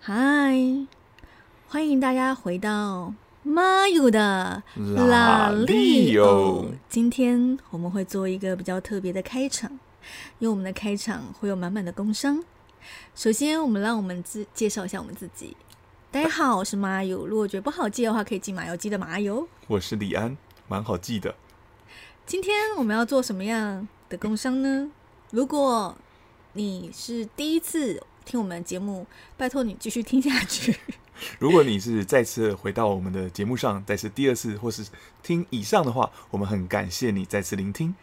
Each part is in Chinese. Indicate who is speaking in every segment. Speaker 1: 嗨，欢迎大家回到马友的
Speaker 2: 拉力
Speaker 1: 欧
Speaker 2: 欧。
Speaker 1: 今天我们会做一个比较特别的开场，因为我们的开场会有满满的工伤。首先，我们让我们自介绍一下我们自己。大家好，我是马友。如果觉得不好记的话，可以记马油记的马油。
Speaker 2: 我是李安，蛮好记的。
Speaker 1: 今天我们要做什么样的工商呢？如果你是第一次听我们的节目，拜托你继续听下去。
Speaker 2: 如果你是再次回到我们的节目上，再次第二次或是听以上的话，我们很感谢你再次聆听。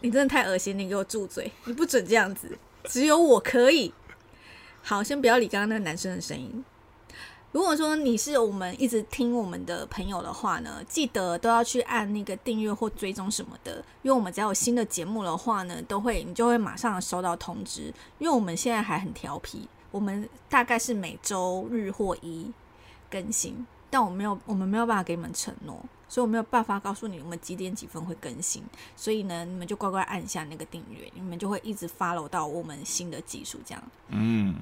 Speaker 1: 你真的太恶心，你给我住嘴！你不准这样子，只有我可以。好，先不要理刚刚那个男生的声音。如果说你是我们一直听我们的朋友的话呢，记得都要去按那个订阅或追踪什么的，因为我们只要有新的节目的话呢，都会你就会马上收到通知。因为我们现在还很调皮，我们大概是每周日或一更新，但我没有我们没有办法给你们承诺，所以我没有办法告诉你我们几点几分会更新。所以呢，你们就乖乖按下那个订阅，你们就会一直 follow 到我们新的技术这样。
Speaker 2: 嗯，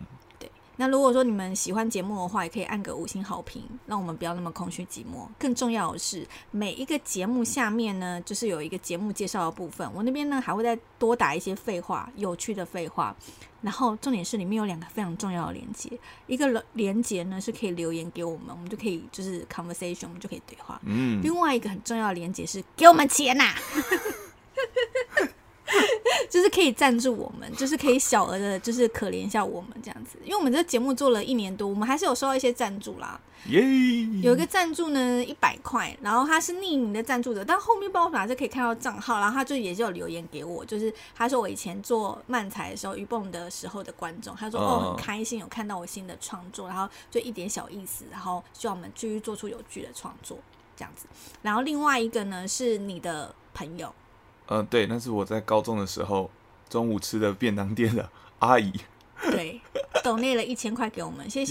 Speaker 1: 那如果说你们喜欢节目的话，也可以按个五星好评，让我们不要那么空虚寂寞。更重要的是，每一个节目下面呢，就是有一个节目介绍的部分，我那边呢还会再多打一些废话，有趣的废话。然后重点是里面有两个非常重要的连接，一个了连接呢是可以留言给我们，我们就可以就是 conversation，我们就可以对话。
Speaker 2: 嗯，
Speaker 1: 另外一个很重要的连接是给我们钱呐、 就是可以赞助我们，就是可以小额的，就是可怜一下我们这样子。因为我们这节目做了一年多，我们还是有收到一些赞助啦。
Speaker 2: 耶，
Speaker 1: 有
Speaker 2: 嗯
Speaker 1: 一个赞助呢，一百块，然后他是匿名的赞助者，但后面不知道为啥就可以看到账号，然后他就也是有留言给我，就是他说我以前做漫才的时候，鱼蹦的时候的观众，他说
Speaker 2: 哦
Speaker 1: 哦很开心有看到我新的创作，然后就一点小意思，然后希望我们继续做出有趣的创作这样子。然后另外一个呢是你的朋友，
Speaker 2: 嗯、对，那是我在高中的时候中午吃的便当店的阿姨。
Speaker 1: 对，抖内了一千块给我们，谢
Speaker 2: 耶，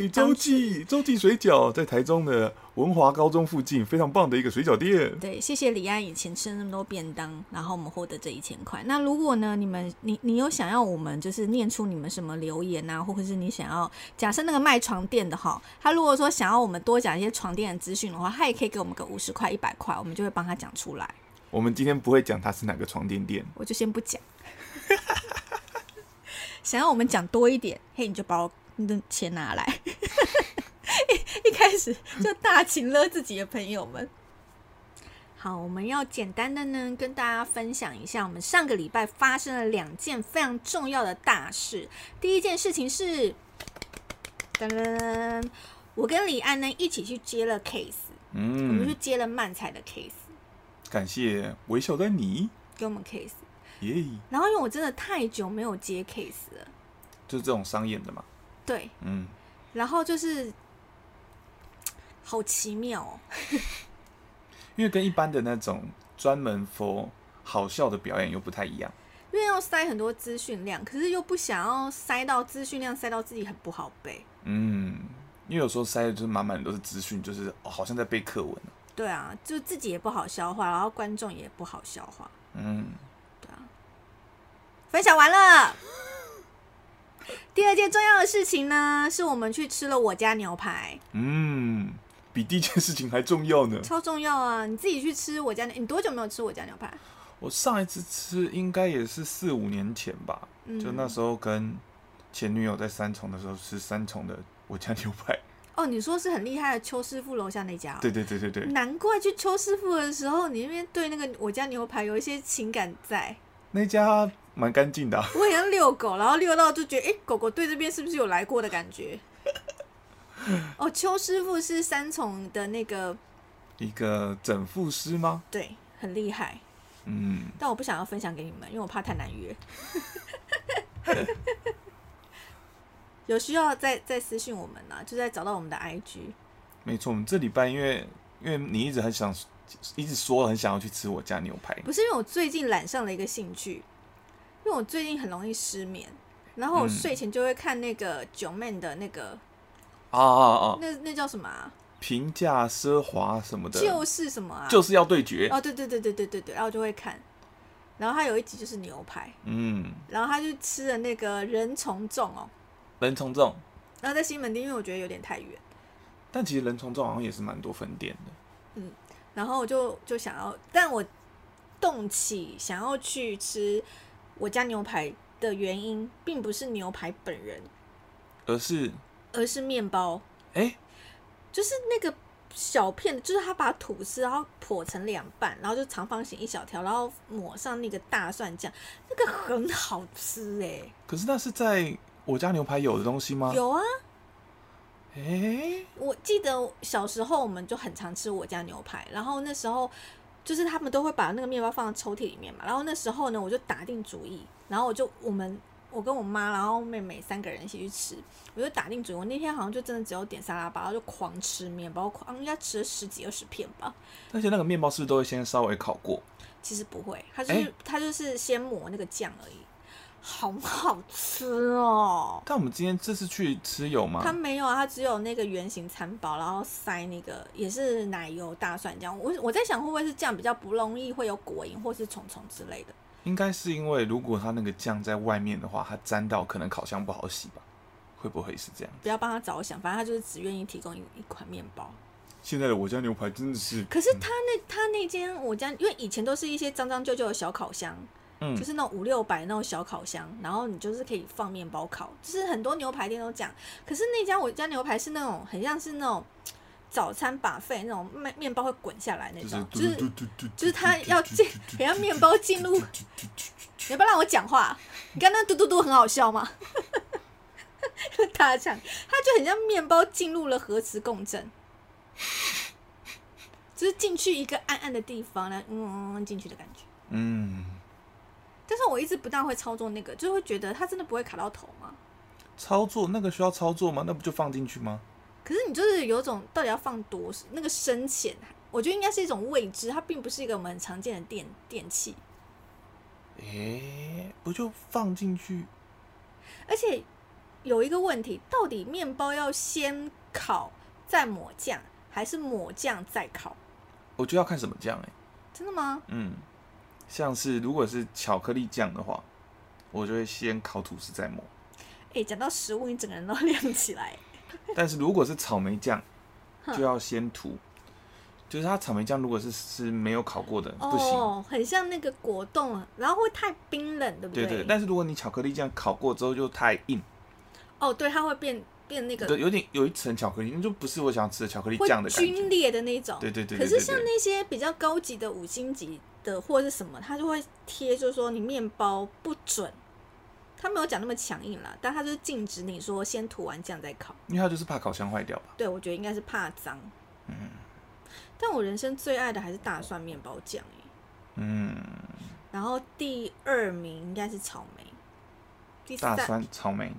Speaker 1: 谢
Speaker 2: 周
Speaker 1: 张
Speaker 2: 记周记水饺在台中的文华高中附近，非常棒的一个水饺店。
Speaker 1: 对，谢谢李安以前吃了那么多便当，然后我们获得这一千块。那如果呢，你们你你有想要我们就是念出你们什么留言啊，或者是你想要假设那个卖床垫的哈，他如果说想要我们多讲一些床垫的资讯的话，他也可以给我们个五十块、一百块，我们就会帮他讲出来。
Speaker 2: 我们今天不会讲它是哪个床垫店，
Speaker 1: 我就先不讲。 想要我们讲多一点，嘿，你就把我你的钱拿来。 一一开始就大请了自己的朋友们。好，我们要简单的呢跟大家分享一下，我们上个礼拜发生了两件非常重要的大事。第一件事情是，噔噔噔，我跟李安呢一起去接了 case，、我们去
Speaker 2: 嗯，
Speaker 1: 接了漫才的 case，
Speaker 2: 感谢微笑的你，
Speaker 1: 给我们 case。
Speaker 2: 耶、
Speaker 1: 然后因为我真的太久没有接 case 了，
Speaker 2: 就是这种商演的嘛，
Speaker 1: 对，
Speaker 2: 嗯，
Speaker 1: 然后就是好奇妙哦，
Speaker 2: 因为跟一般的那种专门 for 好笑的表演又不太一样，
Speaker 1: 因为要塞很多资讯量，可是又不想要塞到资讯量塞到自己很不好背。
Speaker 2: 嗯，因为有时候塞的就是满满都是资讯，就是、哦好像在背课文啊，
Speaker 1: 对啊，就自己也不好消化，然后观众也不好消化。
Speaker 2: 嗯，
Speaker 1: 对啊，分享完了。第二件重要的事情呢，是我们去吃了我家牛排，
Speaker 2: 嗯，比第一件事情还重要呢。
Speaker 1: 超重要啊！你自己去吃我家牛，你多久没有吃我家牛排？
Speaker 2: 我上一次吃应该也是四五年前吧，
Speaker 1: 嗯
Speaker 2: 就那时候跟前女友在三重的时候吃三重的我家牛排。
Speaker 1: 哦，你说是很厉害的邱师傅楼下那家、哦？
Speaker 2: 对对对对对，
Speaker 1: 难怪去邱师傅的时候，你那边对那个我家牛排有一些情感在。
Speaker 2: 那家蛮干净的啊、
Speaker 1: 我也像遛狗，然后遛到就觉得，哎、狗狗对这边是不是有来过的感觉？哦，邱师傅是三重的那个，
Speaker 2: 一个整副师吗？
Speaker 1: 对，很厉害。
Speaker 2: 嗯，
Speaker 1: 但我不想要分享给你们，因为我怕太难约。有需要再再私信我们啦、就再找到我们的 IG。
Speaker 2: 没错。我们这礼拜因为因为你一直很想，一直说很想要去吃我家牛排，
Speaker 1: 不是因为我最近染上了一个兴趣，因为我最近很容易失眠，然后我
Speaker 2: 嗯
Speaker 1: 睡前就会看那个九妹的那个，
Speaker 2: 啊啊啊！
Speaker 1: 那那叫什么、啊？
Speaker 2: 平价奢华什么的，
Speaker 1: 就是什么啊？
Speaker 2: 就是要对决。
Speaker 1: 哦，对对对对对对对，然后我就会看，然后他有一集就是牛排，
Speaker 2: 嗯，
Speaker 1: 然后他就吃了那个人从众哦，
Speaker 2: 人从众，
Speaker 1: 然后在西门町，因为我觉得有点太远，
Speaker 2: 但其实人从众好像也是蛮多分店的。
Speaker 1: 然后我就就想要，但我动起想要去吃我家牛排的原因，并不是牛排本人，
Speaker 2: 而是，
Speaker 1: 而是面包，
Speaker 2: 哎、
Speaker 1: 就是那个小片，就是他把吐司然后剖成两半，然后就长方形一小条，然后抹上那个大蒜酱，那个很好吃哎、
Speaker 2: 可是那是在我家牛排有的东西吗？。
Speaker 1: 有啊，
Speaker 2: 哎、
Speaker 1: 我记得小时候我们就很常吃我家牛排，然后那时候就是他们都会把那个面包放在抽屉里面嘛，然后那时候呢我就打定主意，然后我就我们我跟我妈然后妹妹三个人一起去吃，我就打定主意，我那天好像就真的只有点沙拉吧，然后就狂吃面包，狂应该吃了十几二十片吧，
Speaker 2: 而且那个面包是不是都会先稍微烤过？
Speaker 1: 其实不会，它就是、
Speaker 2: 哎
Speaker 1: 它就是先抹那个酱而已，好好吃哦。
Speaker 2: 但我们今天这次去吃有吗
Speaker 1: 它？没有啊，它只有那个圆形餐包，然后塞那个也是奶油大蒜酱。我我在想会不会是这样比较不容易会有果蝇或是虫虫之类的。
Speaker 2: 应该是因为如果它那个酱在外面的话，它沾到可能烤箱不好洗吧？会不会是这样？
Speaker 1: 不要帮他着想，反正他就是只愿意提供一一款面包。
Speaker 2: 现在的我家牛排真的是，
Speaker 1: 可是他那他那间我家，因为以前都是一些脏脏旧旧的小烤箱，
Speaker 2: 嗯
Speaker 1: 就是那种五六百那种小烤箱，然后你就是可以放面包烤，就是很多牛排店都这样。可是那家我家牛排是那种很像是那种早餐把费那种面面包会滚下来那
Speaker 2: 就
Speaker 1: 种
Speaker 2: 是，
Speaker 1: 就是
Speaker 2: 就
Speaker 1: 就是他要进，人家面包进入，你要不要让我讲话？你刚刚嘟嘟嘟很好笑吗？大唱，他就很像面包进入了核磁共振，就是进去一个暗暗的地方，然后嗯进去的感觉。
Speaker 2: 嗯，
Speaker 1: 但是我一直不大会操作那个，就会觉得它真的不会卡到头吗？
Speaker 2: 操作那个需要操作吗？那不就放进去吗？
Speaker 1: 可是你就是有种到底要放多那个深浅，我觉得应该是一种未知，它并不是一个我们很常见的电电器。
Speaker 2: 诶、不就放进去？
Speaker 1: 而且有一个问题，到底面包要先烤再抹酱，还是抹酱再烤？
Speaker 2: 我就要看什么酱诶、
Speaker 1: 真的吗？
Speaker 2: 嗯，像是如果是巧克力酱的话，我就会先烤吐司再抹；
Speaker 1: 哎、讲到食物，你整个人都亮起来。
Speaker 2: 但是如果是草莓酱，就要先涂。就是它草莓酱如果是是没有烤过的， 不行。
Speaker 1: 哦，很像那个果冻，然后会太冰冷，对不
Speaker 2: 对对，但是如果你巧克力酱烤过之后就太硬，
Speaker 1: 哦，对，它会变变那个
Speaker 2: 对，有点有一层巧克力，那就不是我想要吃的巧克力
Speaker 1: 会
Speaker 2: 酱的感
Speaker 1: 皲
Speaker 2: 觉。
Speaker 1: 裂的那种。
Speaker 2: 对对对对对
Speaker 1: 可
Speaker 2: 对。
Speaker 1: 是像那些比较高级的五星级的或者是什么，它就会贴，就是说你面包不准。他没有讲那么强硬啦，但他就是禁止你说先涂完酱再烤。
Speaker 2: 因为它就是怕烤箱坏掉吧？
Speaker 1: 对，我觉得应该是怕脏。嗯，但我人生最爱的还是大蒜面包酱哎，
Speaker 2: 嗯，
Speaker 1: 然后第二名应该是草莓，第
Speaker 2: 大
Speaker 1: 三
Speaker 2: 蒜、草莓、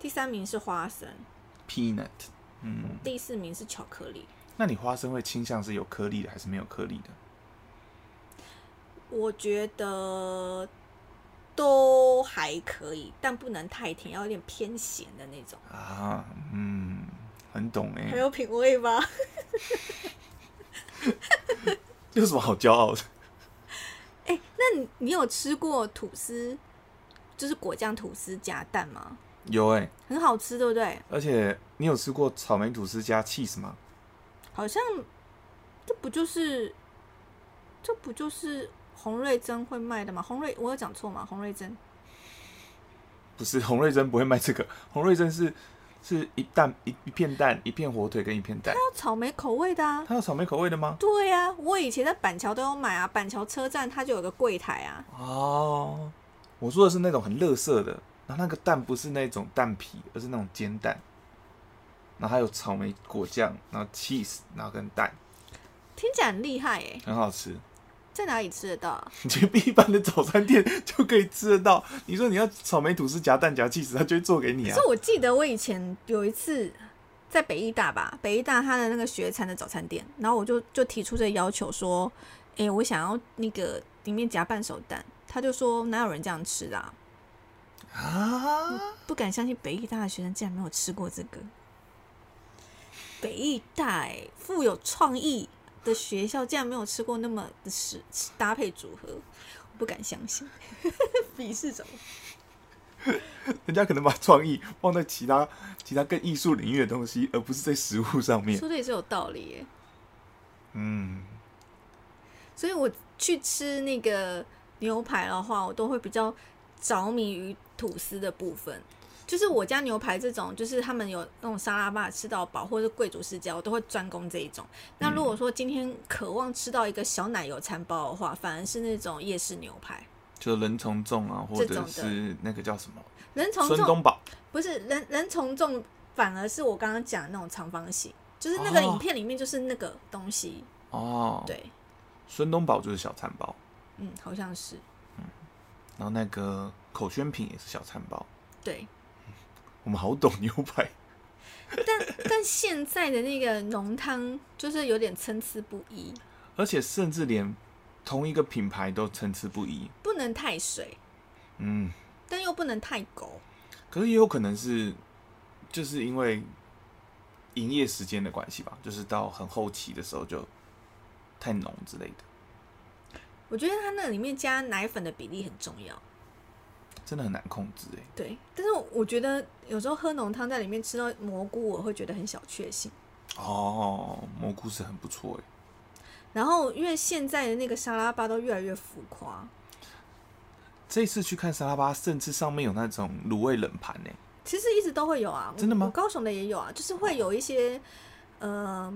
Speaker 1: 第三名是花生，
Speaker 2: peanut。嗯，
Speaker 1: 第四名是巧克力。
Speaker 2: 那你花生会倾向是有颗粒的还是没有颗粒的？
Speaker 1: 我觉得都还可以，但不能太甜，要有点偏咸的那种。
Speaker 2: 啊，嗯，很懂哎、
Speaker 1: 很有品味吧？
Speaker 2: 有什么好骄傲的？
Speaker 1: 哎、那你 你有吃过吐司，就是果酱吐司加蛋吗？
Speaker 2: 有哎、
Speaker 1: 很好吃，对不对？
Speaker 2: 而且你有吃过草莓吐司加 cheese 吗？
Speaker 1: 好像这不就是这不就是洪瑞珍会卖的吗？洪瑞我有讲错吗？洪瑞珍
Speaker 2: 不是，洪瑞珍不会卖这个， 洪瑞珍是是一蛋一一片蛋一片火腿跟一片蛋，
Speaker 1: 要草莓口味的啊。
Speaker 2: 它有草莓口味的吗？
Speaker 1: 对呀、啊，我以前在板桥都有买啊，板桥车站它就有个柜台啊。
Speaker 2: 哦，我说的是那种很乐色的，然后那个蛋不是那种蛋皮，而是那种煎蛋，然后还有草莓果酱，然后 cheese，然后跟蛋，
Speaker 1: 听起来很厉害哎、
Speaker 2: 很好吃。
Speaker 1: 在哪里吃得到啊？
Speaker 2: 你去一般的早餐店就可以吃得到。你说你要草莓吐司夹蛋夹 cheese，他就会做给你
Speaker 1: 可
Speaker 2: 啊
Speaker 1: 是。我记得我以前有一次在北医大吧，北医大它的那个学餐的早餐店，然后我就就提出这个要求说，诶、我想要那个里面夹半熟蛋，他就说哪有人这样吃的、啊？
Speaker 2: 啊，
Speaker 1: 不敢相信北艺大的学生竟然没有吃过这个。北艺大、欸、富有创意的学校竟然没有吃过那么的 食搭配组合，我不敢相信，鄙视什么？
Speaker 2: 人家可能把创意放在其他其他更艺术领域的东西，而不是在食物上面。
Speaker 1: 说的也是有道理耶。
Speaker 2: 嗯，
Speaker 1: 所以我去吃那个牛排的话，我都会比较着迷于吐司的部分。就是我家牛排这种，就是他们有那种沙拉吧吃到饱，或者是贵族世家，我都会专攻这一种。那如果说今天渴望吃到一个小奶油餐包的话，反而是那种夜市牛排。
Speaker 2: 就人从众啊，或
Speaker 1: 这
Speaker 2: 者
Speaker 1: 种的
Speaker 2: 是那个叫什么
Speaker 1: 人从
Speaker 2: 孙
Speaker 1: 众
Speaker 2: 东宝，
Speaker 1: 不是人人从众，反而是我刚刚讲的那种长方形，就是那个
Speaker 2: 哦
Speaker 1: 影片里面就是那个东西。
Speaker 2: 哦，，
Speaker 1: 对，
Speaker 2: 孙东宝就是小餐包，
Speaker 1: 嗯，好像是
Speaker 2: 然后那个口宣品也是小餐包。
Speaker 1: 对。
Speaker 2: 我们好懂牛排，
Speaker 1: 但现在的那个浓汤就是有点参差不一，
Speaker 2: 而且甚至连同一个品牌都参差不一。
Speaker 1: 不能太水，
Speaker 2: 嗯，
Speaker 1: 但又不能太狗。
Speaker 2: 可是也有可能是，就是因为营业时间的关系吧，就是到很后期的时候就太浓之类的，
Speaker 1: 我觉得它那里面加奶粉的比例很重要。
Speaker 2: 真的很难控制哎、
Speaker 1: 对，但是我觉得有时候喝浓汤在里面吃到蘑菇，我会觉得很小确幸。
Speaker 2: 哦，蘑菇是很不错哎、
Speaker 1: 然后因为现在的那个沙拉吧都越来越浮夸，
Speaker 2: 这次去看沙拉吧，甚至上面有那种卤味冷盘哎、
Speaker 1: 其实一直都会有啊，我
Speaker 2: 真的吗
Speaker 1: 我高雄的也有啊，就是会有一些，呃，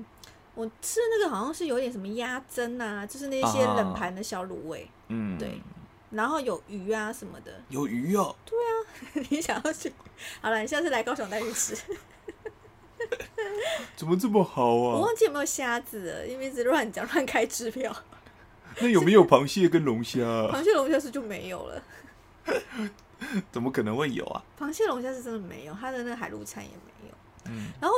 Speaker 1: 我吃的那个好像是有点什么鸭胗啊，就是那些
Speaker 2: 啊
Speaker 1: 冷盘的小卤味，
Speaker 2: 嗯，
Speaker 1: 对，然后有鱼啊什么的。
Speaker 2: 有鱼哦，
Speaker 1: 你想要去？好了，你下次来高雄带去吃。
Speaker 2: 怎么这么好
Speaker 1: 我
Speaker 2: 啊？
Speaker 1: 忘记有没有虾子了，因为一直乱讲乱开支票，
Speaker 2: 哦那有没有螃蟹跟龙虾啊？
Speaker 1: 螃蟹龙虾是就没有了，
Speaker 2: 怎么可能会有啊？
Speaker 1: 螃蟹龙虾是真的没有，它的那个海陆餐也没有。
Speaker 2: 嗯，
Speaker 1: 然后，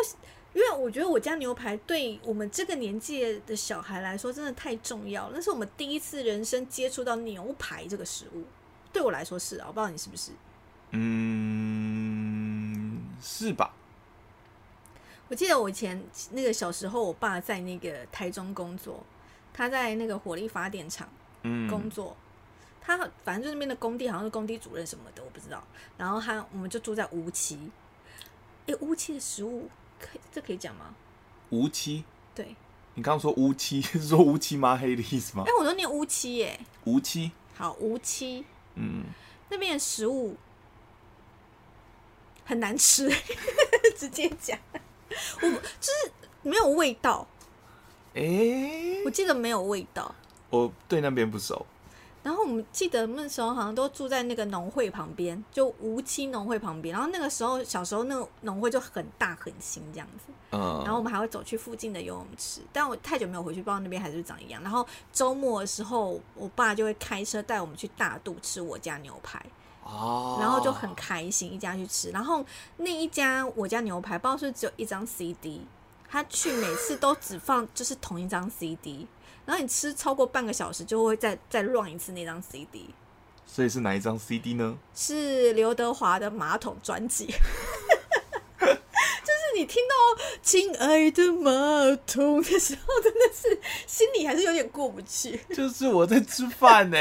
Speaker 1: 因为我觉得我家牛排对我们这个年纪的小孩来说真的太重要了，那是我们第一次人生接触到牛排这个食物。对我来说是啊，我不知道你是不是。
Speaker 2: 嗯，是吧？
Speaker 1: 我记得我以前那个小时候，我爸在那个台中工作，他在那个火力发电厂
Speaker 2: 嗯，
Speaker 1: 工作，他反正就那边的工地好像是工地主任什么的，我不知道。然后他我们就住在乌溪，诶，乌溪的食物可以这可以讲吗？
Speaker 2: 无期，
Speaker 1: 对，
Speaker 2: 你刚刚说无期是说乌漆麻黑的意思吗
Speaker 1: 哎、？我都念乌溪耶，
Speaker 2: 无期，
Speaker 1: 好乌溪。
Speaker 2: 嗯，
Speaker 1: 那边的食物很难吃， 直接讲， 我就是没有味道，
Speaker 2: 哎、
Speaker 1: 我记得没有味道。
Speaker 2: 我对那边不熟，
Speaker 1: 然后我们记得那时候好像都住在那个农会旁边，就无期农会旁边。然后那个时候小时候那个农会就很大很新这样子，
Speaker 2: 嗯，
Speaker 1: 然后我们还会走去附近的游泳池，但我太久没有回去，不知道那边还是不是长一样。然后周末的时候，我爸就会开车带我们去大肚吃我家牛排，
Speaker 2: 哦，
Speaker 1: 然后就很开心，一家去吃。然后那一家我家牛排，不知道是不是只有一张 CD，他去每次都只放就是同一张 CD，然后你吃超过半个小时就会再再乱一次那张 CD，
Speaker 2: 所以是哪一张 CD 呢？
Speaker 1: 是刘德华的《马桶》专辑。 就是你听到《亲爱的马桶》的时候，真的是心里还是有点过不去。
Speaker 2: 就是我在吃饭 呢、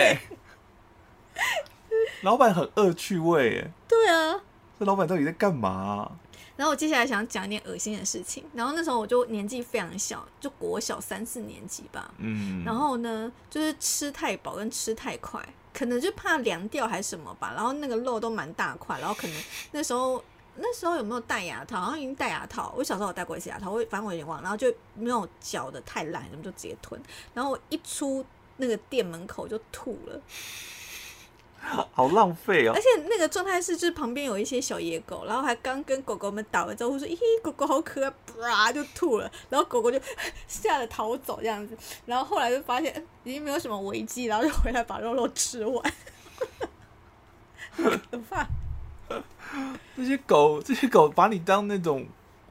Speaker 2: 老板很恶趣味、欸，
Speaker 1: 对啊，
Speaker 2: 这老板到底在干嘛啊、
Speaker 1: 然后我接下来想讲一点恶心的事情。然后那时候我就年纪非常小，就国小三四年级吧。
Speaker 2: 嗯，
Speaker 1: 然后呢，就是吃太饱跟吃太快，可能就怕凉掉还是什么吧。然后那个肉都蛮大块，然后可能那时候那时候有没有戴牙套？好像已经戴牙套。我小时候有戴过一次牙套，我反正我有点忘了。然后就没有嚼的太烂，怎么就直接吞。然后我一出那个店门口就吐了，
Speaker 2: 好浪费哦、
Speaker 1: 而且那个状态是就是旁边有一些小野狗，然后还刚跟狗狗们打完招呼说：“咦，狗狗好可爱！”啪就吐了，然后狗狗就 吓得逃走这样子。然后后来就发现嗯已经没有什么危机，然后就回来把肉肉吃完。 很可怕。
Speaker 2: 这些狗，这些狗把你当那种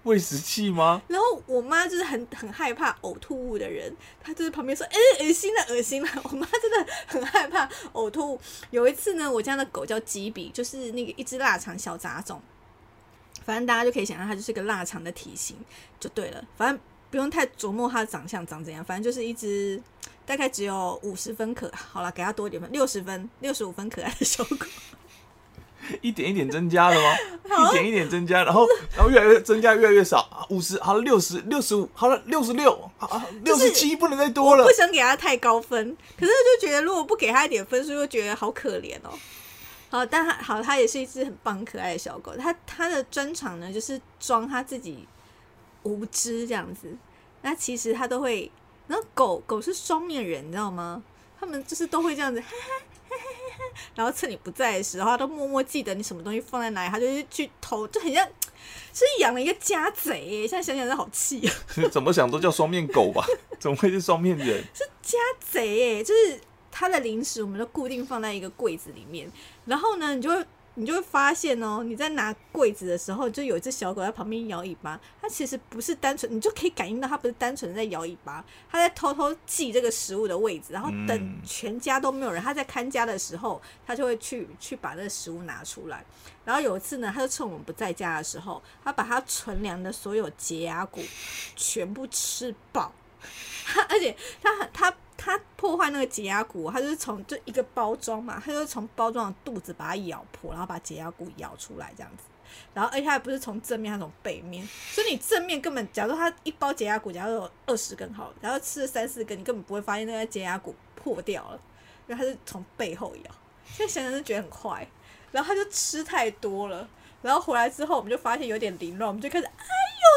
Speaker 2: 喂食器吗？
Speaker 1: 然后我妈就是很很害怕呕吐物的人，她就是旁边说：“哎、恶心了，恶心了。”我妈真的很害怕呕吐物。有一次呢，我家的狗叫吉比，就是那个一只腊肠小杂种，反正大家就可以想象它就是个腊肠的体型就对了。反正不用太琢磨它的长相长怎样，反正就是一只大概只有五十分可，好了，给它多一点分，六十分、六十五分可爱的小狗。
Speaker 2: 一点一点增加了 吗？一点一点增加，然后然后越来越增加，越来越少，啊五十好了，六十六十五好了，六十六好六十七不能再多了
Speaker 1: 不。想给他太高分，可是就觉得如果不给他一点分数，又觉得好可怜哦。好，但他好，他也是一只很棒可爱的小狗。他他的专长呢，就是装他自己无知这样子。那其实他都会，然后狗狗是双面人，你知道吗？他们就是都会这样子，哈 哈哈哈哈哈。然后趁你不在的时候，他都默默记得你什么东西放在哪里，他就会去偷，就很像，是养了一个家贼耶。现在想想都好气啊。
Speaker 2: 怎么想都叫双面狗吧？ 怎么会是双面人？
Speaker 1: 家贼耶、就是他的零食我们都固定放在一个柜子里面，然后呢，你就会你就会发现哦、你在拿柜子的时候，就有一只小狗在旁边摇尾巴，它其实不是单纯，你就可以感应到它不是单纯地在摇尾巴，它在偷偷记这个食物的位置，然后等
Speaker 2: 嗯
Speaker 1: 全家都没有人，它在看家的时候，它就会去去把那个食物拿出来。然后有一次呢，它就趁我们不在家的时候，它把它存粮的所有洁牙骨全部吃爆。 他而且他很他他破坏那个解压骨，他就是从就一个包装嘛，他就是从包装的肚子把它咬破，然后把解压骨咬出来这样子。然后而且他还不是从正面，他从背面，所以你正面根本，假如他一包解压骨，假如有二十根好了，然后吃了三四根，你根本不会发现那个解压骨破掉了，因为他是从背后咬。现在想想就觉得很快，然后他就吃太多了，然后回来之后我们就发现有点凌乱，我们就开始哎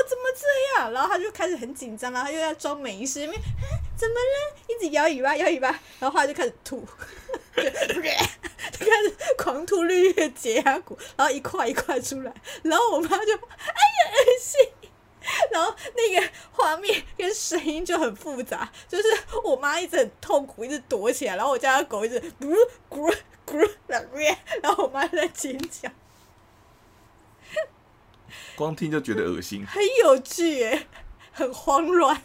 Speaker 1: 怎么这样？然后他就开始很紧张，然后他又要装没事，因为啊怎么了？一直摇尾巴，摇尾巴，然后后来就开始吐，就就开始狂吐绿叶解压骨，然后一块一块出来，然后我妈就哎呀恶心。然后那个画面跟声音就很复杂，就是我妈一直很痛苦，一直躲起来，然后我家的狗一直咕咕咕，然后我妈在尖叫，
Speaker 2: 光听就觉得恶心。
Speaker 1: 很有趣耶，很慌乱。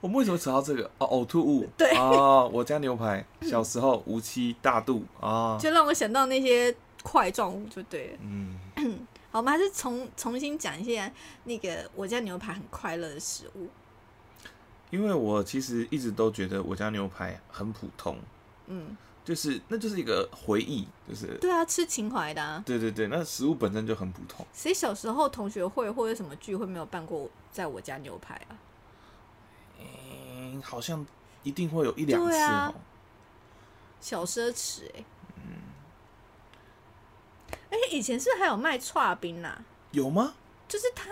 Speaker 2: 我们为什么扯到这个？哦，呕吐物。
Speaker 1: 对
Speaker 2: 哦，我家牛排小时候无期大肚啊。
Speaker 1: 就让我想到那些块状物就对了。
Speaker 2: 嗯，
Speaker 1: 好，我们还是重重新讲一下那个我家牛排很快乐的食物。
Speaker 2: 因为我其实一直都觉得我家牛排很普通，
Speaker 1: 嗯，
Speaker 2: 就是那就是一个回忆，就是
Speaker 1: 对啊，吃情怀的啊。
Speaker 2: 对对对，那食物本身就很普通。
Speaker 1: 谁小时候同学会或者什么聚会没有办过在我家牛排啊？
Speaker 2: 嗯，好像一定会有一两次
Speaker 1: 对啊
Speaker 2: 哦。
Speaker 1: 小奢侈哎、欸。而且以前是不是还有卖串冰呐、
Speaker 2: 有吗？
Speaker 1: 就是它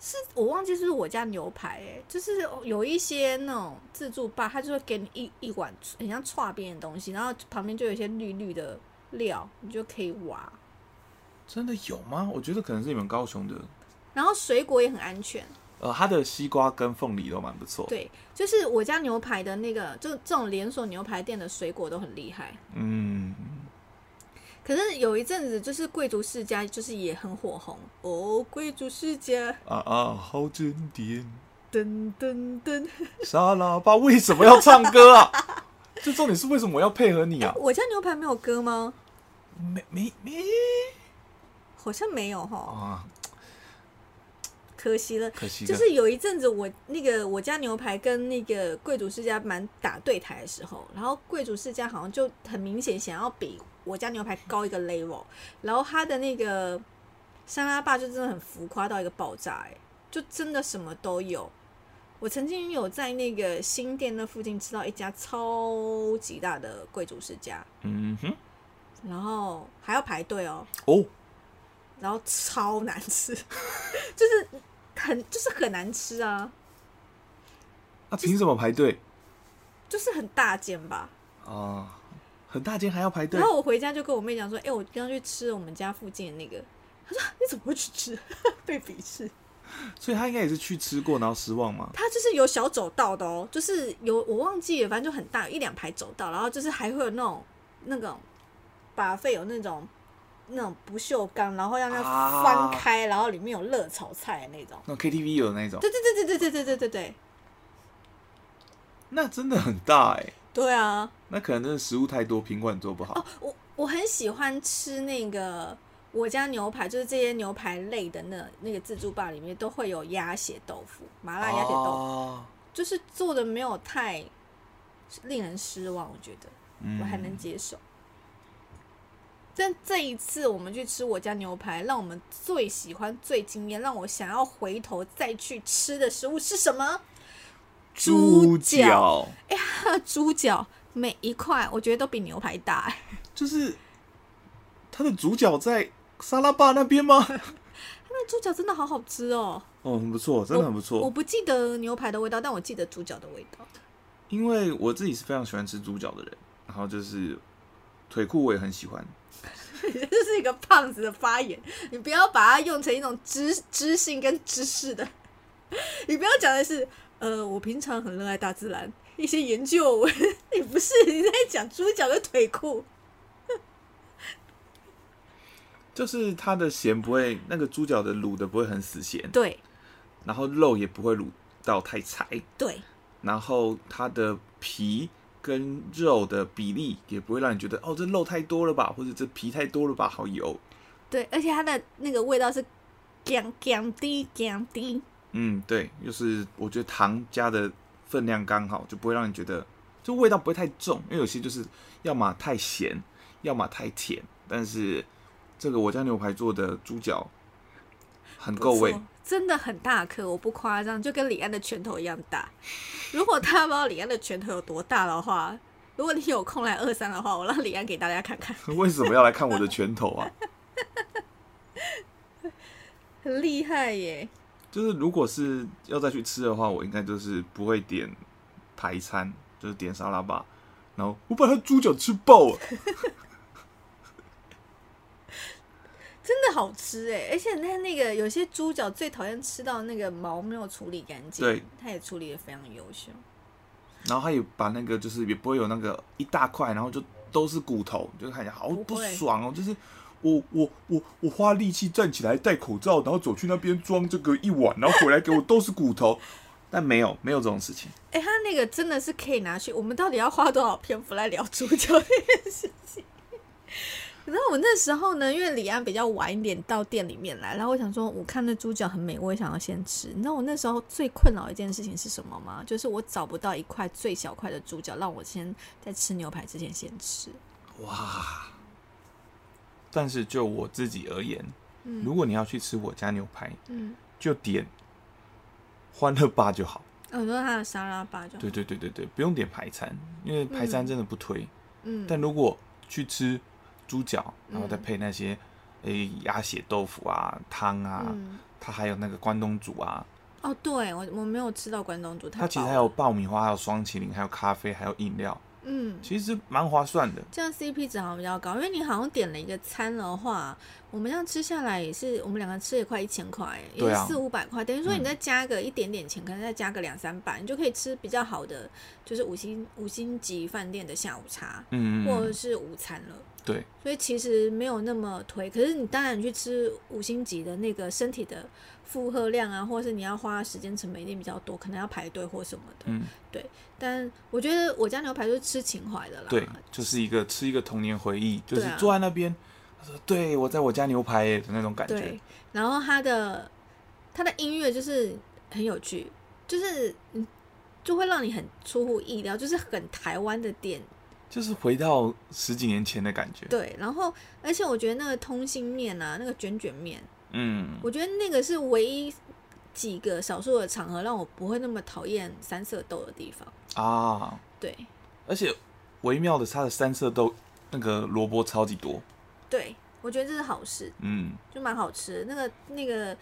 Speaker 1: 是我忘记是不是我家牛排哎、就是有一些那种自助吧，它就会给你一一碗很像串边的东西，然后旁边就有一些绿绿的料，你就可以挖。
Speaker 2: 真的有吗？我觉得可能是你们高雄的，
Speaker 1: 然后水果也很安全，
Speaker 2: 呃，它的西瓜跟凤梨都蛮不错。，
Speaker 1: 对，就是我家牛排的那个，就这种连锁牛排店的水果都很厉害。
Speaker 2: 嗯，
Speaker 1: 可是有一阵子，就是贵族世家就是也很火红哦，贵族世家，
Speaker 2: 啊啊，好经典。
Speaker 1: 噔噔噔，
Speaker 2: 沙拉吧为什么要唱歌啊？ 这重点是为什么我要配合你啊？
Speaker 1: 我家牛排没有歌吗？
Speaker 2: 没没没
Speaker 1: 好像没有哈，
Speaker 2: 啊，
Speaker 1: 可惜了。
Speaker 2: 可惜了。
Speaker 1: 就是有一阵子我，那个我家牛排跟那个贵族世家蛮打对台的时候，然后贵族世家好像就很明显想要比我家牛排高一个 level，然后他的那个沙拉霸就真的很浮夸到一个爆炸、欸，就真的什么都有。我曾经有在那个新店那附近吃到一家超级大的贵族世家，
Speaker 2: 嗯哼，
Speaker 1: 然后还要排队哦，
Speaker 2: 哦，
Speaker 1: 然后超难吃， 就是很就是很难吃啊。
Speaker 2: 那、凭什么排队
Speaker 1: 就是很大间吧。
Speaker 2: 啊？很大间还要排队
Speaker 1: 然？后我回家就跟我妹讲说：“哎、我刚刚去吃我们家附近的那个。”她说：“你怎么会去吃？被鄙视。
Speaker 2: 所以他应该也是去吃过然后失望嘛”。
Speaker 1: 它就是有小走道的哦，就是有我忘记了，反正就很大，有一两排走道，然后就是还会有那种那种把费有那种那种不锈钢，然后让它翻开，然后里面有热炒菜的那种。
Speaker 2: 那种 KTV 有的那种，
Speaker 1: 对对对对对对对对对对，
Speaker 2: 那真的很大哎、
Speaker 1: 对啊！
Speaker 2: 那可能真的食物太多，品管做不好。
Speaker 1: 哦，我我很喜欢吃那个我家牛排，就是这些牛排类的那那个自助吧里面都会有鸭血豆腐，麻辣鸭血豆腐，
Speaker 2: 哦
Speaker 1: 就是做的没有太令人失望，我觉得
Speaker 2: 嗯
Speaker 1: 我还能接受。但这一次我们去吃我家牛排，让我们最喜欢、最惊艳，让我想要回头再去吃的食物是什么？ 猪脚。
Speaker 2: 脚
Speaker 1: 那猪脚每一块，我觉得都比牛排大、 欸。
Speaker 2: 就是它的主角在沙拉坝那 边吗？
Speaker 1: 那猪脚真的好好吃哦！
Speaker 2: 哦，很不错，真的很不错。
Speaker 1: 我不记得牛排的味道，但我记得猪脚的味道。
Speaker 2: 因为我自己是非常喜欢吃猪脚的人，然后就是腿裤我也很喜欢，
Speaker 1: 这是一个胖子的发言，你不要把它用成一种知知性跟知识的， 你不要讲的是，呃，我平常很热爱大自然，一些研究 文，你不是你在讲猪脚跟腿裤，
Speaker 2: 就是它的咸不会，那个猪脚的卤的不会很死咸，
Speaker 1: 对
Speaker 2: 然后肉也不会卤到太柴，
Speaker 1: 对，
Speaker 2: 然后它的皮跟肉的比例也不会让你觉得哦这肉太多了吧，或者这皮太多了吧，好油。
Speaker 1: 对，而且它的那个味道是姜姜滴姜滴，
Speaker 2: 嗯，对，就是我觉得糖加的分量刚好，就不会让你觉得就味道不会太重，因为有些就是要么太咸，要么太甜，但是这个我家牛排做的猪脚很够
Speaker 1: 不
Speaker 2: 味
Speaker 1: 错，真的很大颗，我不夸张，就跟李安的拳头一样大。如果大家不知道李安的拳头有多大的话，如果你有空来二三的话，我让李安给大家看看，
Speaker 2: 为什么要来看我的拳头啊？
Speaker 1: 很厉害耶。
Speaker 2: 就是如果是要再去吃的话，我应该就是不会点排餐，就是点沙拉吧。然后我把它猪脚吃爆了，
Speaker 1: 真的好吃哎、而且它那个有些猪脚最讨厌吃到那个毛没有处理干净，
Speaker 2: 对，
Speaker 1: 它也处理的非常优秀。
Speaker 2: 然后他也把那个就是也不会有那个一大块，然后就都是骨头，就看起来好
Speaker 1: 不会
Speaker 2: 不爽哦。就是我我我我花力气站起来戴口罩，然后走去那边装这个一碗，然后回来给我都是骨头，但没有没有这种事情。
Speaker 1: 哎、它那个真的是可以拿去，我们到底要花多少篇幅来聊猪脚这件事情？然后我那时候呢，因为李安比较晚一点到店里面来，然后我想说，我看那猪脚很美，我也想要先吃。你知道我那时候最困扰的一件事情是什么吗？就是我找不到一块最小块的猪脚，让我先在吃牛排之前先吃。
Speaker 2: 哇！但是就我自己而言，如果你要去吃我家牛排，
Speaker 1: 嗯，
Speaker 2: 就点欢乐吧就好。
Speaker 1: 我哦说它的沙拉吧就好嗯
Speaker 2: 对对对对对，不用点排餐，因为排餐真的不推。
Speaker 1: 嗯
Speaker 2: 但如果去吃猪脚，然后再配那些诶鸭血豆腐啊、汤啊，
Speaker 1: 嗯，
Speaker 2: 它还有那个关东煮啊，
Speaker 1: 哦，对我我没有吃到关东煮，太
Speaker 2: 它其实
Speaker 1: 饱
Speaker 2: 还
Speaker 1: 了
Speaker 2: 有爆米花、还有双麒麟、还有咖啡、还有饮料，
Speaker 1: 嗯，
Speaker 2: 其实蛮划算的。
Speaker 1: 这样 CP 值好像比较高，因为你好像点了一个餐的话，我们这样吃下来也是，我们两个吃也快一千块，也
Speaker 2: 对
Speaker 1: 是
Speaker 2: 啊
Speaker 1: 四五百块，等于说你
Speaker 2: 嗯
Speaker 1: 再加个一点点钱，可能再加个两三百，你就可以吃比较好的，就是五星五星级饭店的下午茶、
Speaker 2: 嗯，
Speaker 1: 或
Speaker 2: 嗯
Speaker 1: 者
Speaker 2: 嗯
Speaker 1: 是午餐了。
Speaker 2: 对，
Speaker 1: 所以其实没有那么推，可是你当然去吃五星级的那个身体的负荷量啊，或者是你要花的时间成本一定比较多，可能要排队或什么的。
Speaker 2: 嗯，
Speaker 1: 但我觉得我家牛排就是吃情怀的啦，
Speaker 2: 对，就是一个吃一个童年回忆，就
Speaker 1: 对
Speaker 2: 是
Speaker 1: 啊
Speaker 2: 坐在那边，他说：“对我在我家牛排耶”的那种感觉
Speaker 1: 对。，然后他的他的音乐就是很有趣，就是嗯就会让你很出乎意料，就是很台湾的点
Speaker 2: 就是回到十几年前的感觉。
Speaker 1: 对。然后而且我觉得那个通心面啊，那个卷卷面，
Speaker 2: 嗯，
Speaker 1: 我觉得那个是唯一几个少数的场合让我不会那么讨厌三色豆的地方。
Speaker 2: 啊，
Speaker 1: 对
Speaker 2: 而且微妙的是，它的三色豆那个萝卜超级多。
Speaker 1: 对，我觉得这是好事，
Speaker 2: 嗯，
Speaker 1: 就蛮好吃的。那个那个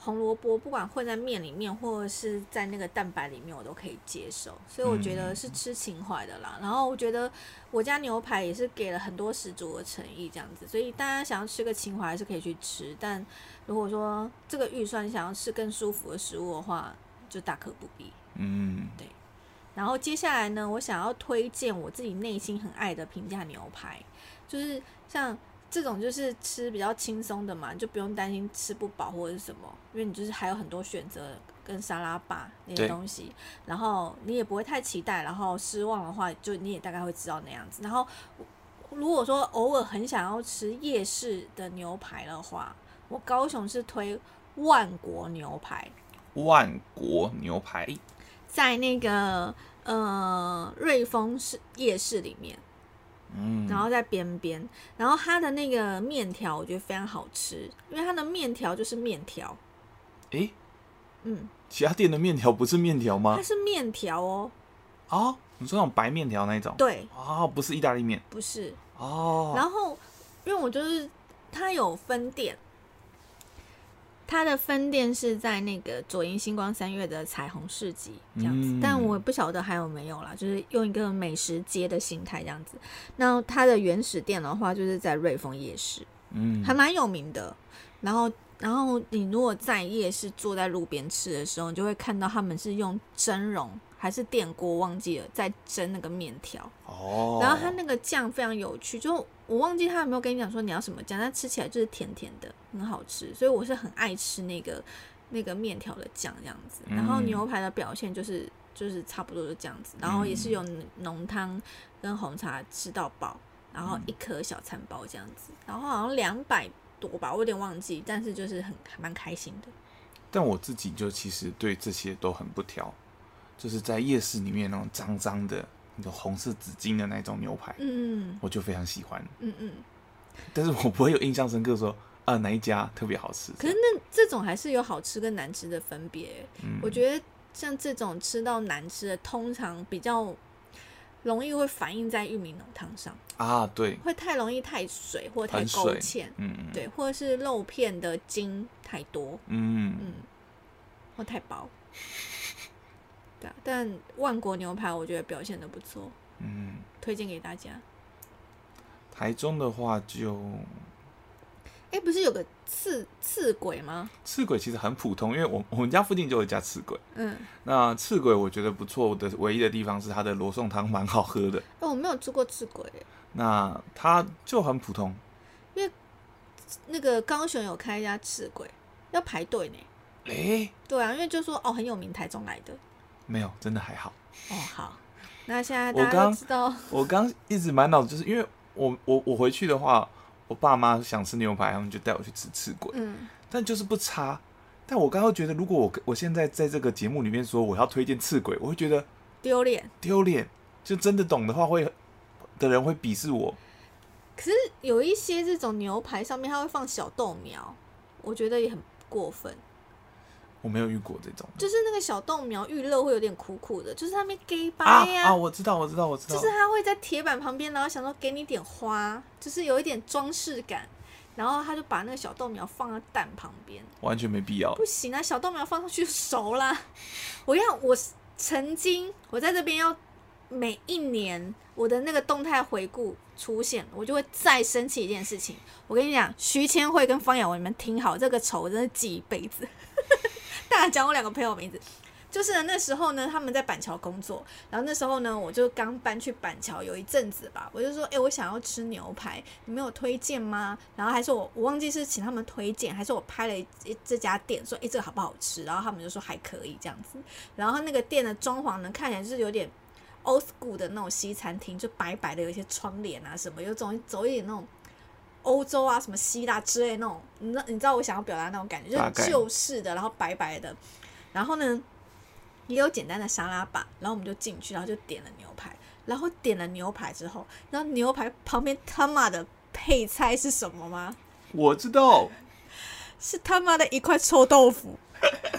Speaker 1: 红萝卜，不管混在面里面，或者是在那个蛋白里面，我都可以接受。所以我觉得是吃情怀的啦。然后我觉得我家牛排也是给了很多十足的诚意，这样子。所以大家想要吃个情怀，还是可以去吃。但如果说这个预算想要吃更舒服的食物的话，就大可不必。
Speaker 2: 嗯，
Speaker 1: 然后接下来呢，我想要推荐我自己内心很爱的平价牛排，就是像这种就是吃比较轻松的嘛，你就不用担心吃不饱或者是什么，因为你就是还有很多选择跟沙拉吧那些
Speaker 2: 对
Speaker 1: 东西，然后你也不会太期待，然后失望的话就你也大概会知道那样子。然后如果说偶尔很想要吃夜市的牛排的话，我高雄是推万国牛排，
Speaker 2: 万国牛排
Speaker 1: 在那个呃瑞丰市夜市里面，
Speaker 2: 嗯，
Speaker 1: 然后在边边，然后它的那个面条我觉得非常好吃，因为它的面条就是面条，
Speaker 2: 诶，
Speaker 1: 嗯，
Speaker 2: 其他店的面条不是面条吗
Speaker 1: 它？是面条哦，
Speaker 2: 哦，你说那种白面条那一种？
Speaker 1: 对，
Speaker 2: 哦，不是意大利面
Speaker 1: 不是。
Speaker 2: 哦。
Speaker 1: 然后因为我就是它有分店，它的分店是在那个左营星光三月的彩虹市集这样子，
Speaker 2: 嗯
Speaker 1: 但我不晓得还有没有啦，就是用一个美食街的心态这样子。那它的原始店的话，就是在瑞丰夜市。
Speaker 2: 嗯
Speaker 1: 还蛮有名的。然后，然后你如果在夜市坐在路边吃的时候，你就会看到他们是用蒸笼还是电锅，忘记了在蒸那个面条。
Speaker 2: 哦，
Speaker 1: 然后它那个酱非常有趣，就我忘记他有没有跟你讲说你要什么酱，但吃起来就是甜甜的，很好吃。所以我是很爱吃那个那个面条的酱这样子。然后
Speaker 2: 嗯
Speaker 1: 牛排的表现就是就是差不多就这样子，然后也是有
Speaker 2: 嗯
Speaker 1: 浓汤跟红茶吃到饱，然后一颗小餐包这样子，然后好像两百多吧，我有点忘记，但是就是很还蛮开心的。
Speaker 2: 但我自己就其实对这些都很不挑，就是在夜市里面那种脏脏的、那种红色纸巾的那种牛排，
Speaker 1: 嗯
Speaker 2: 我就非常喜欢。
Speaker 1: 嗯嗯，
Speaker 2: 但是我不会有印象深刻说啊哪一家特别好吃。
Speaker 1: 可是那这种还是有好吃跟难吃的分别、
Speaker 2: 嗯
Speaker 1: 我觉得像这种吃到难吃的，通常比较容易会反映在玉米浓汤上，
Speaker 2: 啊，对，
Speaker 1: 会太容易太水或太
Speaker 2: 很
Speaker 1: 勾
Speaker 2: 水
Speaker 1: 芡，
Speaker 2: 嗯嗯
Speaker 1: 对，或者是肉片的筋太多，
Speaker 2: 嗯，
Speaker 1: 嗯，或太薄。对啊，但万国牛排我觉得表现的不错，
Speaker 2: 嗯，
Speaker 1: 推荐给大家。
Speaker 2: 台中的话就
Speaker 1: 哎，不是有个刺刺鬼吗？
Speaker 2: 赤鬼其实很普通，因为我我们家附近就有一家赤鬼。
Speaker 1: 嗯，
Speaker 2: 那赤鬼我觉得不错的唯一的地方是它的罗宋汤蛮好喝的，
Speaker 1: 哎，我没有吃过刺鬼耶，
Speaker 2: 那它就很普通。
Speaker 1: 那个高雄有开一家刺鬼，要排队呢。
Speaker 2: 诶、
Speaker 1: 对啊，因为就说哦很有名，台中来的。
Speaker 2: 没有，真的还好。
Speaker 1: 哦，好，那现在
Speaker 2: 我
Speaker 1: 大家都
Speaker 2: 刚
Speaker 1: 知道，
Speaker 2: 我刚一直满脑子就是因为我我我回去的话，我爸妈想吃牛排，他们就带我去吃赤鬼，
Speaker 1: 嗯，
Speaker 2: 但就是不差。但我刚刚觉得，如果我我现在在这个节目里面说我要推荐赤鬼，我会觉得
Speaker 1: 丢脸。
Speaker 2: 丢脸。就真的懂的话会，的人会鄙视我。
Speaker 1: 可是有一些这种牛排上面它会放小豆苗，我觉得也很过分。
Speaker 2: 我没有遇过这种
Speaker 1: 就是那个小豆苗预热会有点苦苦的，就是它没给
Speaker 2: 啊
Speaker 1: 掰呀、
Speaker 2: 啊！我知道，我知道，我知道。
Speaker 1: 就是它会在铁板旁边，然后想说给你点花，就是有一点装饰感。然后他就把那个小豆苗放在蛋旁边，
Speaker 2: 完全没必要
Speaker 1: 不。行啊，小豆苗放上去就熟啦。 我要我曾经我在这边要每一年我的那个动态回顾出现，我就会再生气一件事情。我跟你讲，徐千惠跟方雅文，你们听好，这个仇真的记一辈子。 大家讲我两个朋友名字。就是呢那时候呢，他们在板桥工作，然后那时候呢，我就刚搬去板桥有一阵子吧，我就说，哎、我想要吃牛排，你们有推荐吗？然后还是我，我忘记是请他们推荐，还是我拍了一一这家店，说，哎、这个好不好吃？然后他们就说还可以这样子。然后那个店的装潢呢，看起来就是有点 old school 的那种西餐厅，就白白的，有一些窗帘啊什么，有种走一点那种欧洲啊什么希腊之类那种，你知道你知道我想要表达那种感觉，
Speaker 2: 大
Speaker 1: 就
Speaker 2: 概
Speaker 1: 是旧式的，然后白白的，然后呢。也有简单的沙拉吧，然后我们就进去，然后就点了牛排，然后点了牛排之后，然后牛排旁边他妈的配菜是什么吗？
Speaker 2: 我 知道，
Speaker 1: 是他妈的一块臭豆腐，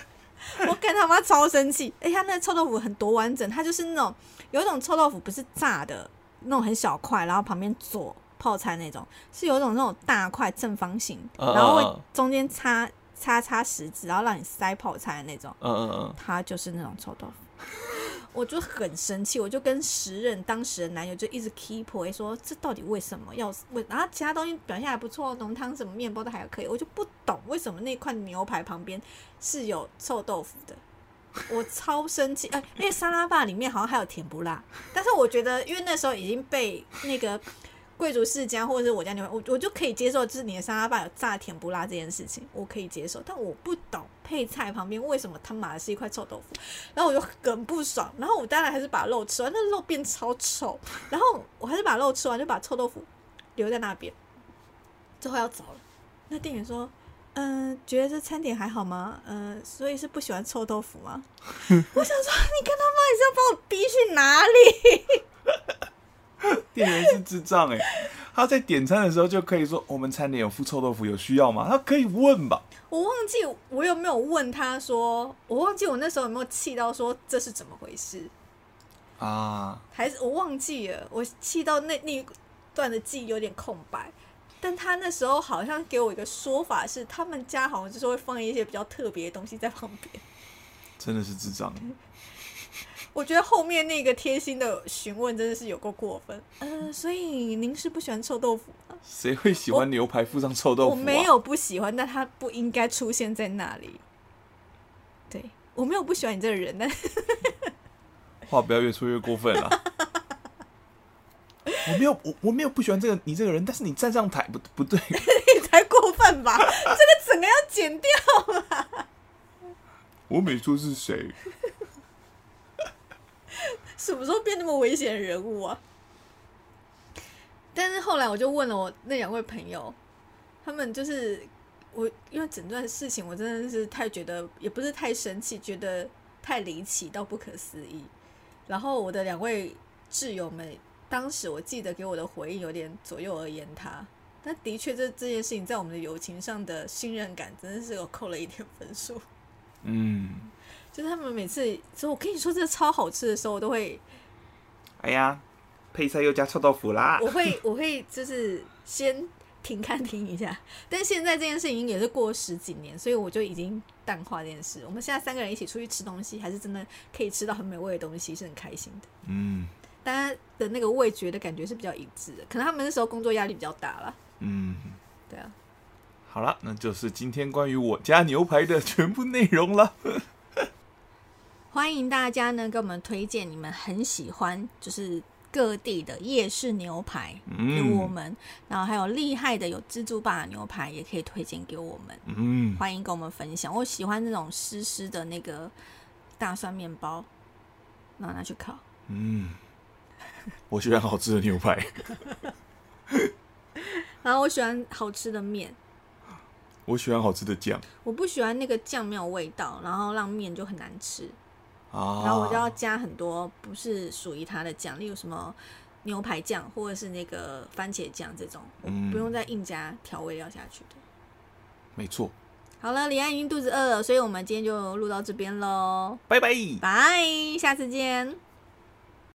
Speaker 1: 我跟他妈超生气！哎、他那个臭豆腐很多完整，它就是那种有一种臭豆腐不是炸的，那种很小块，然后旁边做泡菜那种，是有一种那种大块正方形，
Speaker 2: 嗯嗯
Speaker 1: 然后会
Speaker 2: 嗯
Speaker 1: 中间插插插食指，然后让你塞泡菜的那种。
Speaker 2: 嗯嗯嗯，
Speaker 1: 他就是那种臭豆腐。 我就很生气，我就跟时任当时的男友就一直 keep 回说，这到底为什么要为？然后其他东西表现还不错，浓汤什么面包都还可以，我就不懂为什么那块牛排旁边是有臭豆腐的，我超生气。哎、因为沙拉吧里面好像还有甜不辣，但是我觉得因为那时候已经被那个贵族世家或者是我家牛排，我我就可以接受，就是你的沙拉吧有炸甜不辣这件事情，我可以接受。但我不懂配菜旁边为什么他妈的是一块臭豆腐，然后我就很不爽。然后我当然还是把肉吃完，那肉变超臭。然后我还是把肉吃完，就把臭豆腐留在那边。最后要走了，那店员说：“嗯、觉得这餐点还好吗？嗯、所以是不喜欢臭豆腐吗？” 我想说，你跟他妈你是要把我逼去哪里？
Speaker 2: 店员是智障哎、他在点餐的时候就可以说我们餐点有附臭豆腐，有需要吗？他可以问吧。
Speaker 1: 我忘记我有没有问他说，我忘记我那时候有没有气到说这是怎么回事，
Speaker 2: 啊，
Speaker 1: 还是我忘记了，我气到那那一段的记忆有点空白。但他那时候好像给我一个说法是，他们家好像就是会放一些比较特别的东西在旁边。
Speaker 2: 真的是智障。
Speaker 1: 我觉得后面那个贴心的询问真的是有够过分。 呃，所以您是不喜欢臭豆腐吗？
Speaker 2: 谁会喜欢牛排附上臭豆
Speaker 1: 我
Speaker 2: 腐、啊？
Speaker 1: 没有不喜欢，但他不应该出现在那里。对我没有不喜欢你这个人，但
Speaker 2: 话不要越说越过分 了。我没有，我我没有不喜欢这个你这个人，但是你站上台不不对，
Speaker 1: 你才过分吧？这个整个要剪掉。
Speaker 2: 我没说是谁，
Speaker 1: 什么时候变那么危险的人物啊？但是后来我就问了我那两位朋友，他们就是我，因为整段事情我真的是太觉得，也不是太生气，觉得太离奇到不可思议。然后我的两位挚友们，当时我记得给我的回应有点左右而言他，但的确这这件事情在我们的友情上的信任感真的是有扣了一点分数。
Speaker 2: 嗯，
Speaker 1: 就是他们每次说我跟你说这个超好吃的时候，我都会，
Speaker 2: 哎呀，配菜又加臭豆腐啦
Speaker 1: 我会，我会就是先停看停一下。 但现在这件事情也是过了十几年，所以我就已经淡化这件事。我们现在三个人一起出去吃东西，还是真的可以吃到很美味的东西，是很开心的。
Speaker 2: 嗯
Speaker 1: 大家的那个味觉的感觉是比较一致的，可能他们那时候工作压力比较大啦。
Speaker 2: 嗯，
Speaker 1: 对啊，
Speaker 2: 好了，那就是今天关于我家牛排的全部内容了。
Speaker 1: 欢迎大家呢给我们推荐你们很喜欢，就是各地的夜市牛排给我
Speaker 2: 嗯
Speaker 1: 们，然后还有厉害的有蜘蛛霸的牛排也可以推荐给我们，
Speaker 2: 嗯，
Speaker 1: 欢迎跟我们分享。我喜欢那种湿湿的那个大蒜面包，然后拿去烤。
Speaker 2: 嗯，我喜欢好吃的牛排。
Speaker 1: 然后我喜欢好吃的面，
Speaker 2: 我喜欢好吃的酱
Speaker 1: 我不喜欢那个酱没有味道，然后让面就很难吃。
Speaker 2: 啊，
Speaker 1: 然后我就要加很多不是属于它的酱，例如什么牛排酱或者是那个番茄酱这种，我
Speaker 2: 嗯
Speaker 1: 不用再硬加调味料下去的。
Speaker 2: 没错，
Speaker 1: 好了，李安已经肚子饿了，所以我们今天就录到这边喽，
Speaker 2: 拜拜。
Speaker 1: 拜，下次见。